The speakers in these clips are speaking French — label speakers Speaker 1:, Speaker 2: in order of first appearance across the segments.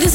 Speaker 1: this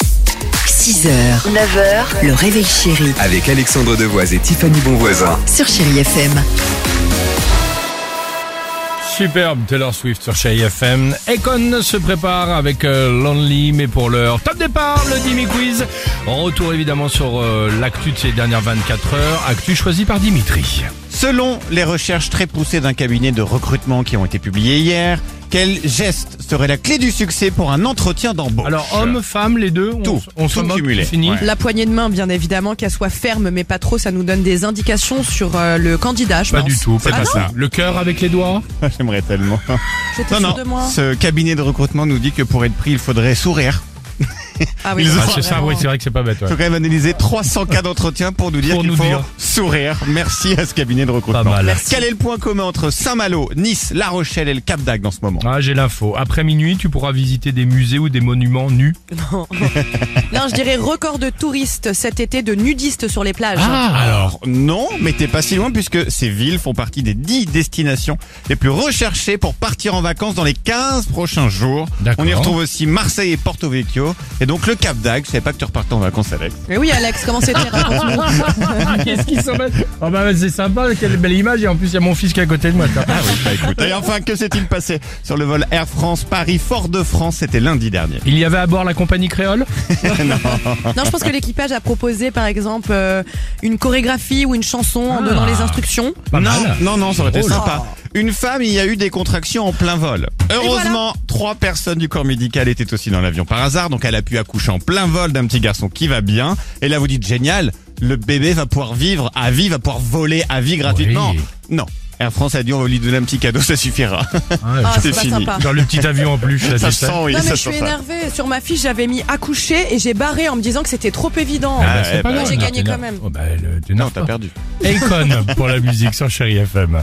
Speaker 2: 6h, 9h, le réveil chéri
Speaker 3: avec Alexandre Devoise et Tiffany Bonvoisin.
Speaker 2: sur Chérie FM.
Speaker 4: Superbe Taylor Swift sur Chérie FM. Econ se prépare avec euh, Lonely, mais pour l'heure, top départ, le Dimi Quiz. Retour évidemment sur euh, l'actu de ces dernières 24 heures. Actu choisie par Dimitri.
Speaker 5: Selon les recherches très poussées d'un cabinet de recrutement qui ont été publiées hier, quel geste serait la clé du succès pour un entretien d'embauche
Speaker 4: Alors, homme, femme, les deux, on
Speaker 5: Tout,
Speaker 4: s- on, se
Speaker 5: tout
Speaker 4: moque,
Speaker 5: cumulé.
Speaker 4: c'est fini.
Speaker 5: Ouais.
Speaker 6: La poignée de main, bien évidemment, qu'elle soit ferme, mais pas trop, ça nous donne des indications sur euh, le candidat, je
Speaker 4: Pas
Speaker 6: pense.
Speaker 4: du tout, pas,
Speaker 6: Ah
Speaker 4: pas
Speaker 6: non,
Speaker 4: ça. Le cœur avec les doigts.
Speaker 5: J'aimerais tellement.
Speaker 6: j'étais
Speaker 5: Non,
Speaker 6: sûre
Speaker 5: non,
Speaker 6: de moi.
Speaker 5: ce cabinet de recrutement nous dit que pour être pris, il faudrait sourire.
Speaker 6: Ah oui,
Speaker 5: Ils
Speaker 4: Ah,
Speaker 5: ont-
Speaker 4: c'est ça,
Speaker 6: vraiment.
Speaker 4: oui, c'est vrai que c'est pas bête. ouais.
Speaker 5: Il faut quand même analyser 300 cas d'entretien pour nous dire
Speaker 4: Pour
Speaker 5: qu'il
Speaker 4: nous
Speaker 5: faut
Speaker 4: dire.
Speaker 5: sourire. Merci à ce cabinet de recrutement.
Speaker 4: Pas mal.
Speaker 5: Quel est le point commun entre Saint-Malo, Nice, La Rochelle et le Cap d'Agde en ce moment
Speaker 4: Ah, j'ai l'info. Après minuit, tu pourras visiter des musées ou des monuments nus.
Speaker 6: Non, je dirais record de touristes cet été, de nudistes sur les plages.
Speaker 5: Alors non, mais t'es pas si loin puisque ces villes font partie des 10 destinations les plus recherchées pour partir en vacances dans les 15 prochains jours.
Speaker 4: D'accord.
Speaker 5: On y retrouve aussi Marseille et Porto Vecchio. Et donc le Cap d'Agde, je savais pas que tu repartais en vacances avec.
Speaker 6: Mais oui, Alex, comment c'était Raconte-nous.
Speaker 4: Qu'est-ce qu'ils sont bêtes Oh bah c'est sympa, quelle belle image. Et en plus, il y a mon fils qui est à côté de moi. t'as-
Speaker 5: Et enfin, que s'est-il passé sur le vol Air France Paris-Fort-de-France C'était lundi dernier.
Speaker 4: Il y avait à bord la compagnie créole
Speaker 6: Non, je pense que l'équipage a proposé, par exemple, euh, une chorégraphie ou une chanson en donnant les instructions.
Speaker 4: Pas
Speaker 5: non,
Speaker 4: mal.
Speaker 5: non, non, ça aurait été
Speaker 4: Drôle.
Speaker 5: sympa. Une femme il y a eu des contractions en plein vol. Heureusement, trois personnes du corps médical étaient aussi dans l'avion par hasard, donc elle a pu accoucher en plein vol d'un petit garçon qui va bien. Et là, vous dites génial, le bébé va pouvoir vivre à vie, va pouvoir voler à vie gratuitement.
Speaker 4: Oui.
Speaker 5: Non. Air France a dit on va lui donner un petit cadeau, ça suffira.
Speaker 6: Ah,
Speaker 5: c'est
Speaker 6: c'est pas
Speaker 5: fini.
Speaker 6: sympa.
Speaker 4: Dans le petit avion en plus. là,
Speaker 5: ça
Speaker 4: tu
Speaker 5: sent,
Speaker 4: sais.
Speaker 5: oui,
Speaker 6: Non, mais
Speaker 5: ça
Speaker 6: je suis
Speaker 5: sent ça.
Speaker 6: énervée. Sur ma fiche, j'avais mis accoucher et j'ai barré en me disant que c'était trop évident.
Speaker 4: Ah, bah,
Speaker 5: Eh
Speaker 4: c'est pas
Speaker 5: ben,
Speaker 4: grave,
Speaker 6: j'ai
Speaker 4: non,
Speaker 6: gagné
Speaker 4: t'énerves-
Speaker 6: quand même.
Speaker 4: Oh, bah, le-
Speaker 5: Non,
Speaker 4: t'énerves
Speaker 5: t'as
Speaker 4: pas.
Speaker 5: perdu.
Speaker 4: Akon pour la musique sur Chéri FM.